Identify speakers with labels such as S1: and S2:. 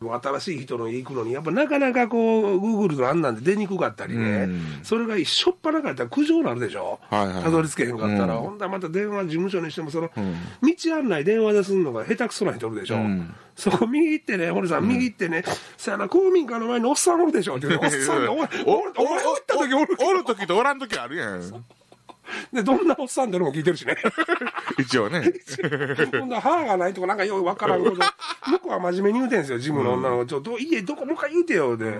S1: 新しい人の家行くのに、やっぱなかなかこう、グーグルのあんなんで出にくかったりね、
S2: うん
S1: それがしょっぱなかったら苦情になるでしょ、
S2: はいはい
S1: たどり着けへんかったら、
S2: うん
S1: ほんだらまた電話、事務所にしても、その、
S2: うん
S1: 道案内、電話ですんのが下手くそな人おるでしょ、
S2: うん
S1: そこ右行ってね、堀さん、右行ってね、さやな、公民館の前におっさんおるでしょって言うて、おっさんが、お前、おおお前おった時おる
S2: おる時とおらん時あるやん。
S1: で、どんなおっさんでのも聞いてるし ね。
S2: 一応ね。
S1: ほんなら歯がないとかなんかよくわからんこと、向こうは真面目に言うてんすよ、ジムの女の子、ちょっと、家どこもう一回言うてよ、で。